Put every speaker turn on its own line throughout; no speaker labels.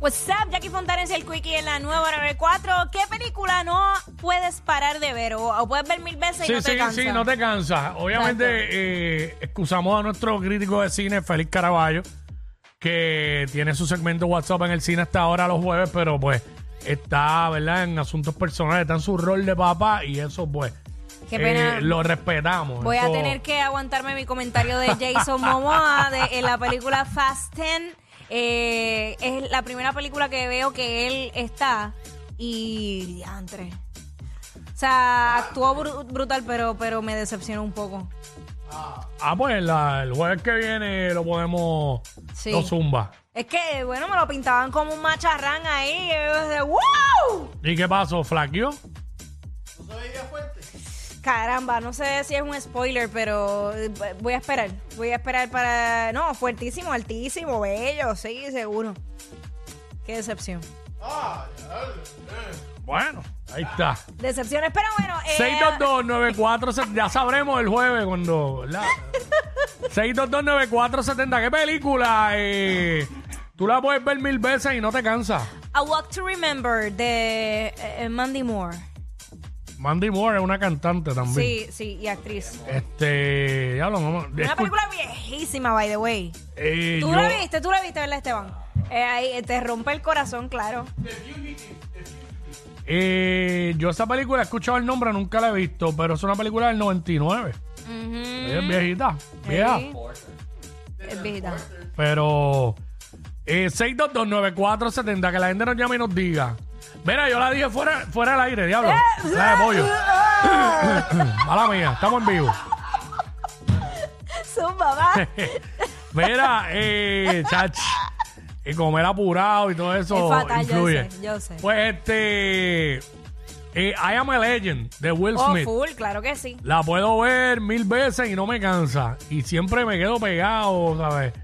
What's up, Jackie Fontanes y el Quickie en la nueva 94. ¿Qué película no puedes parar de ver o, o puedes ver mil veces y
Sí,
no te
sí,
cansa?
sí, no te cansas. Obviamente, eh, excusamos a nuestro crítico de cine, Félix Caraballo, que tiene su segmento WhatsApp en el cine hasta ahora los jueves, pero pues está, ¿verdad? En asuntos personales, está en su rol de papá y eso, pues,
Qué pena.
lo respetamos.
Voy a
Eso-
tener que aguantarme mi comentario de Jason Momoa de, en la película Fast 10. Eh, es la primera película que veo que él está y diantre. O sea, actuó bru- brutal, pero, pero me decepcionó un poco.
Ah, pues, la- el jueves que viene lo podemos...
Sí.
Lo zumba.
Es que, bueno, me lo pintaban como un macharrán ahí. Y yo de, ¡Wow!
¿Y qué pasó? ¿Flaqueó?
Caramba, no sé si es un spoiler, pero eh, voy a esperar. Voy a esperar para. No, fuertísimo, altísimo, bello, sí, seguro. Qué decepción.
Bueno, ahí está.
Decepciones, pero bueno. eh,
6229470, ya sabremos el jueves cuando. ¿verdad? 6229470, ¿qué película? eh, tú la puedes ver mil veces y no te cansas.
A Walk to Remember de eh, Mandy Moore.
Mandy Moore es una cantante también.
Sí, sí, y actriz.
Este. Ya lo vamos. eh,
Una película viejísima, by the way. Tú la viste, tú la viste, ¿verdad, Esteban? Eh, ahí, eh, te rompe el corazón, claro.
eh, yo esa película he escuchado el nombre, nunca la he visto, pero es una película del 99.
Ujú.
Ella Es viejita. Vieja.
Mm. Sí. Es viejita.
Pero eh, 6229470, que la gente nos llame y nos diga. Mira, yo la dije fuera, fuera del aire, diablo. La de pollo. Mala mía, estamos en vivo.
Zumba, va.
Mira, eh, chach. Y comer apurado y todo eso.
Es fatal, yo
influye.
sé, yo sé.
Pues este. eh, I am a legend de Will
Oh,
Smith.
full, claro que sí.
La puedo ver mil veces y no me cansa. Y siempre me quedo pegado, ¿sabes?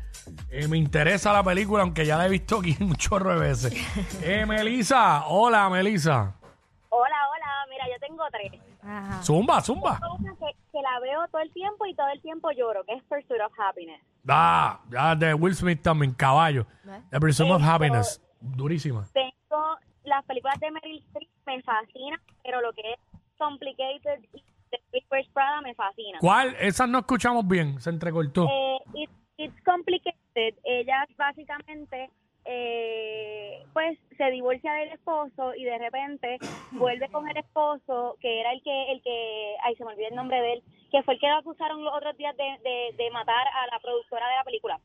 Eh, me interesa la película, aunque ya la he visto aquí un chorro de veces. Eh, Melisa, hola Melisa.
Hola, hola. Mira, yo tengo tres.
Ajá.
Zumba, zumba.
Una que, que la veo todo el tiempo y todo el tiempo lloro, que es Pursuit of Happiness.
Ah, ya de Will Smith también, caballo.
¿Eh?
The Pursuit of Happiness. Durísima.
Tengo las películas de Meryl Streep, me fascinan, pero lo que es Complicated y The Papers Prada me fascina.
¿Cuál? Esas no escuchamos bien, se entrecortó.
Eh, It- it's Complicated, ella básicamente, eh, pues, se divorcia del esposo y de repente vuelve con el esposo, que era el que, el que, ay, se me olvidó el nombre de él, que fue el que lo acusaron los otros días de, de- de matar a la productora de la película.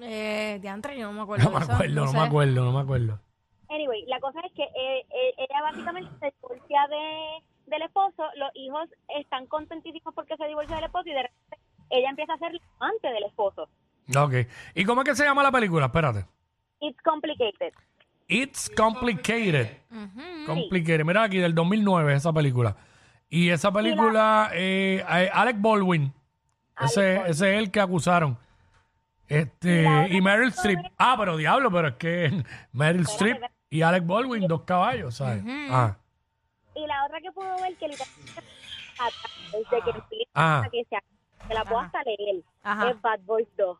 Eh, diantre, yo no me acuerdo.
No me
de eso,
acuerdo, no
sé.
me acuerdo, no me acuerdo.
Anyway, la cosa es que eh, eh, ella básicamente se divorcia de, del esposo, los hijos están contentísimos porque se divorcia del esposo y de repente ella empieza a ser la amante del esposo.
Ok. ¿Y cómo es que se llama la película? Espérate.
It's complicated.
It's Complicated. Complicated. Mira aquí, del 2009, esa película. Y esa película, eh, eh, Alec Baldwin. ese, ese es el que acusaron. Este, y Meryl Streep. Ah, pero diablo, pero es que Meryl Streep y Alec Baldwin, dos caballos, ¿sabes? Ah,
Y la otra que pudo ver que literalmente atrás, desde que empieza
Ah.
hasta que se acaba, que la puedo hasta leer,
Ajá.
es Bad Boys 2.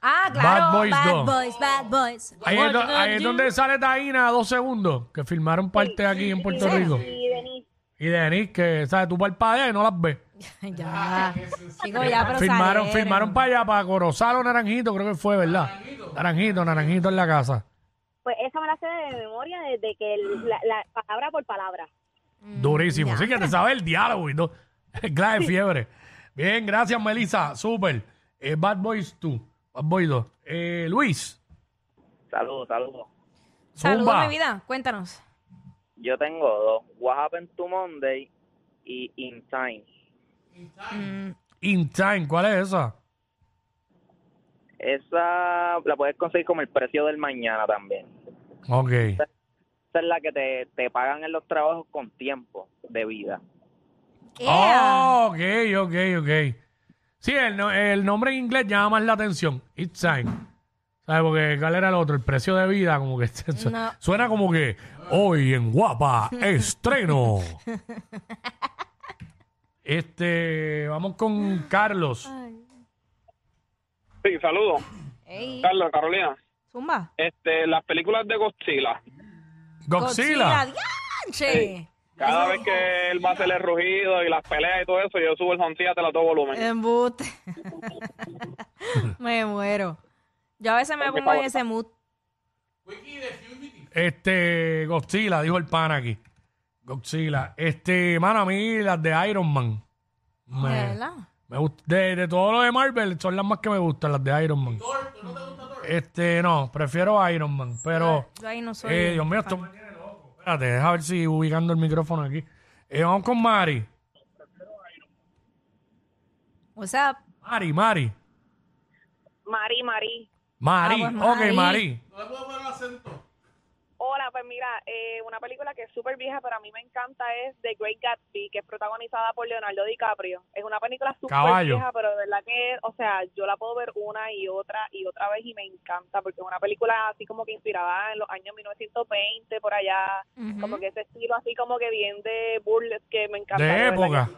Ah, claro.
Bad Boys
Bad
dos.
Boys, Bad Boys.
Ahí es, do- ahí es donde sale Taina a dos segundos, que filmaron parte aquí en Puerto Rico.
Y Denise,
Y Denise, que, ¿sabes? Tú parpadeas y no las ves.
ya. Chicos, ya, pero
firmaron,
salieron.
firmaron para allá, para Corozal o Naranjito, creo que fue, ¿verdad? Naranjito, Naranjito en la casa.
pues esa me la sé de memoria desde que el- la, la palabra por palabra.
Mm,
Durísimo. Sí que te sabe el diálogo y todo. Clave fiebre. Bien, gracias, Melissa. Súper. Eh, Bad Boys 2. Bad Boys 2. Eh, Luis.
Saludos, saludos.
Saludos,
Zumba.
mi vida. Cuéntanos.
Yo tengo dos, What Happened to Monday y In Time.
In Time. ¿Cuál es esa?
Esa la puedes conseguir como el precio del mañana también.
Ok.
Esa es la que te, te pagan en los trabajos con tiempo de vida.
Yeah.
Oh, ok, ok, ok. Sí, el, no- el nombre en inglés llama más la atención. It's time. ¿Sabes? Porque cuál era el otro, el precio de vida, como que su-
No.
suena como que hoy en guapa estreno. este, vamos con Carlos.
Sí, saludos.
Ey,
Carlos, Carolina.
Zumba.
Este, las películas de Godzilla.
Godzilla.
¡Dianche!
Cada vez que él va a hacer el rugido y las peleas y todo eso, yo subo el soncilla a todo volumen.
Embuste. me muero. Yo a veces me pongo en ese mood.
Este, Godzilla, dijo el pana aquí. Godzilla. Este, mano, a mí las de Iron Man.
De
Me-
verdad.
Me gust- de, de todo lo de Marvel, son las más que me gustan, las de Iron Man. Este, no, prefiero Iron Man, pero...
Yo ahí no soy.
Eh, Dios mío, esto me tiene loco. Espérate, deja ver si ubicando el micrófono aquí. Eh, vamos con Mari.
What's up?
Mari, Mari.
Mari, Mari.
Mari.
Ah, pues, Mari.
ok, Mari.
Hola, pues mira, eh, una película que es súper vieja, pero a mí me encanta es The Great Gatsby, que es protagonizada por Leonardo DiCaprio. Es una película súper
Caballo.
vieja, pero de verdad que, o sea, yo la puedo ver una y otra y otra vez y me encanta, porque es una película así como que inspirada en los años 1920, por allá,
Ujú.
como que ese estilo así como que bien de burlesque, que me encanta.
De
verdad que
época.
sí.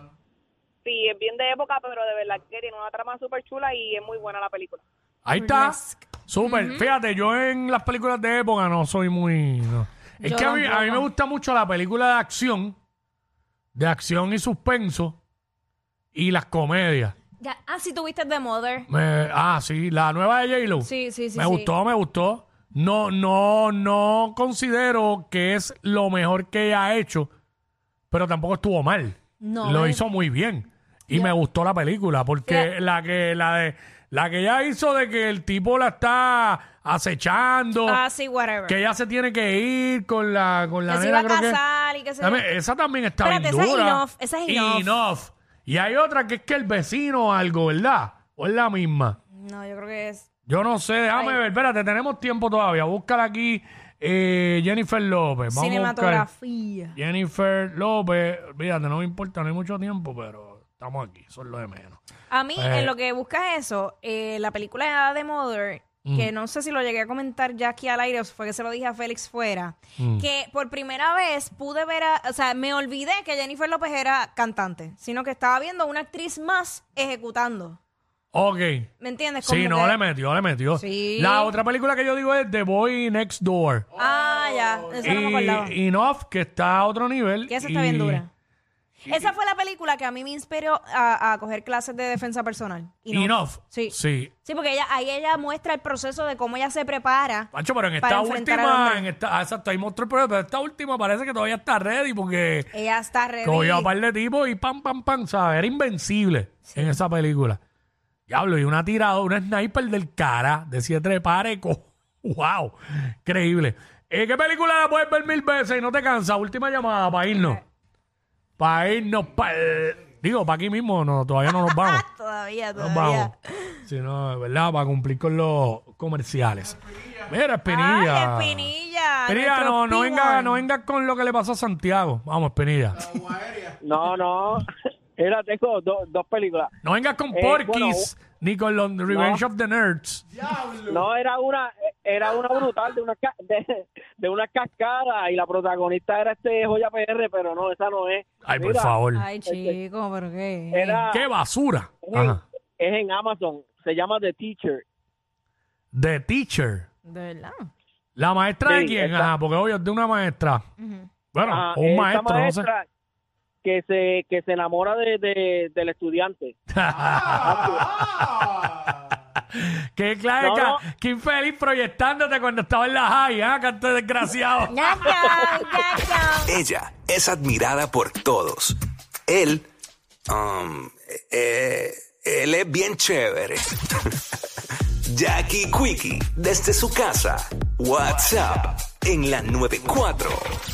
Sí, es bien de época, pero de verdad que tiene una trama súper chula y es muy buena la película.
Ahí está.
Burlesque.
Súper. Fíjate, yo en las películas de época no soy muy. no. Es
Yo
que a mí, a
tampoco.
mí me gusta mucho la película de acción, de acción y suspenso, y las comedias.
Ya- Ah, sí, tuviste The Mother.
Me- ah, sí, la nueva de J-Lo.
Sí, sí, sí.
me
sí.
gustó, me gustó. No, no, no considero que es lo mejor que ella ha hecho, pero tampoco estuvo mal.
No,
lo
eh.
hizo muy bien. Y me gustó la película, porque la que, la de, la que ella hizo de que el tipo la está acechando,
Ah, sí, whatever.
que ella se tiene que ir con la, con la
Que se iba
nena,
a
creo que-
casar y que se-
Dame, eh, esa también está
Espérate,
bien
esa es
dura.
Enough, esa es Enough.
Y hay otra que es que el vecino o algo, ¿verdad? O es la misma.
No, yo creo que es.
Yo no sé, déjame
Ay.
ver. Espérate, tenemos tiempo todavía. Búscala aquí, eh, Jennifer López. Vamos a buscar
Cinematografía.
Jennifer López. Fíjate, no me importa, no hay mucho tiempo, pero estamos aquí, eso es lo de menos.
A mí,
Eh.
en lo que buscas eso, eh, la película de Mother,
Mm.
que no sé si lo llegué a comentar ya aquí al aire o si fue que se lo dije a Félix fuera,
Mm.
que por primera vez pude ver, a- o sea, me olvidé que Jennifer López era cantante, sino que estaba viendo una actriz más ejecutando.
Ok.
¿Me entiendes?
Sí,
Como
no,
que-
le metió, le metió.
Sí.
La otra película que yo digo es The Boy Next Door.
Ah, ya, eso no me acordaba.
y Enough, que está a otro nivel.
Que esa está bien
y-
dura. Esa fue la película que a mí me inspiró a, a coger clases de defensa personal. Y no.
Enough.
Sí.
Sí.
Sí, porque ella, ahí ella muestra el proceso de cómo ella se prepara.
Pancho, pero en
Para
esta
enfrentar al
última,
hombre.
en esta, ah, exacto, hay monstruos, pero pero esta última parece que todavía está ready porque
Ella está ready.
Cogió a par de tipos y pam, pam, pam, ¿sabes? Era invencible en esa película. Diablo, y una tirada, una sniper del cara de siete pares. co- ¡Wow! Increíble. Eh, ¿Qué película la puedes ver mil veces y no te cansa? Última llamada para irnos. Para irnos, para... Digo, para aquí mismo, no, todavía no nos vamos.
Todavía,
Nos
todavía.
vamos. Si no, de ¿verdad? Para cumplir con los comerciales. Mira, Espinilla.
Ay, Espinilla.
Espinilla,
nuestro
no, no,
P1.
venga, no venga con lo que le pasó a Santiago. Vamos, Espinilla.
No, no. Era, tengo do- dos películas.
No vengas con
Eh,
Porky's ni con los Revenge of the Nerds.
No, era una era una brutal de una ca- de, de una cascada y la protagonista era este Joya PR, pero no, esa no es.
Ay, por
Mira,
favor.
Ay, chico, ¿pero qué?
Era,
¡Qué basura!
es, en,
Ajá.
es en Amazon, se llama The Teacher.
The Teacher.
De verdad.
¿La maestra de
Sí,
quién?
esta-
Ajá, porque obvio es de una maestra. Bueno,
Ah,
o un
esa
maestro, no
maestra que se que se enamora de, de- del estudiante.
sé. ¡Qué clase!
Ah. No,
que-
no.
¡Qué infeliz proyectándote cuando estaba en la high! ¡Ah, canto desgraciado!
Ya, ya, ya, ya.
Ella es admirada por todos. Él, um, eh, él es bien chévere. Jackie Quickie, desde su casa. WhatsApp, en la 94.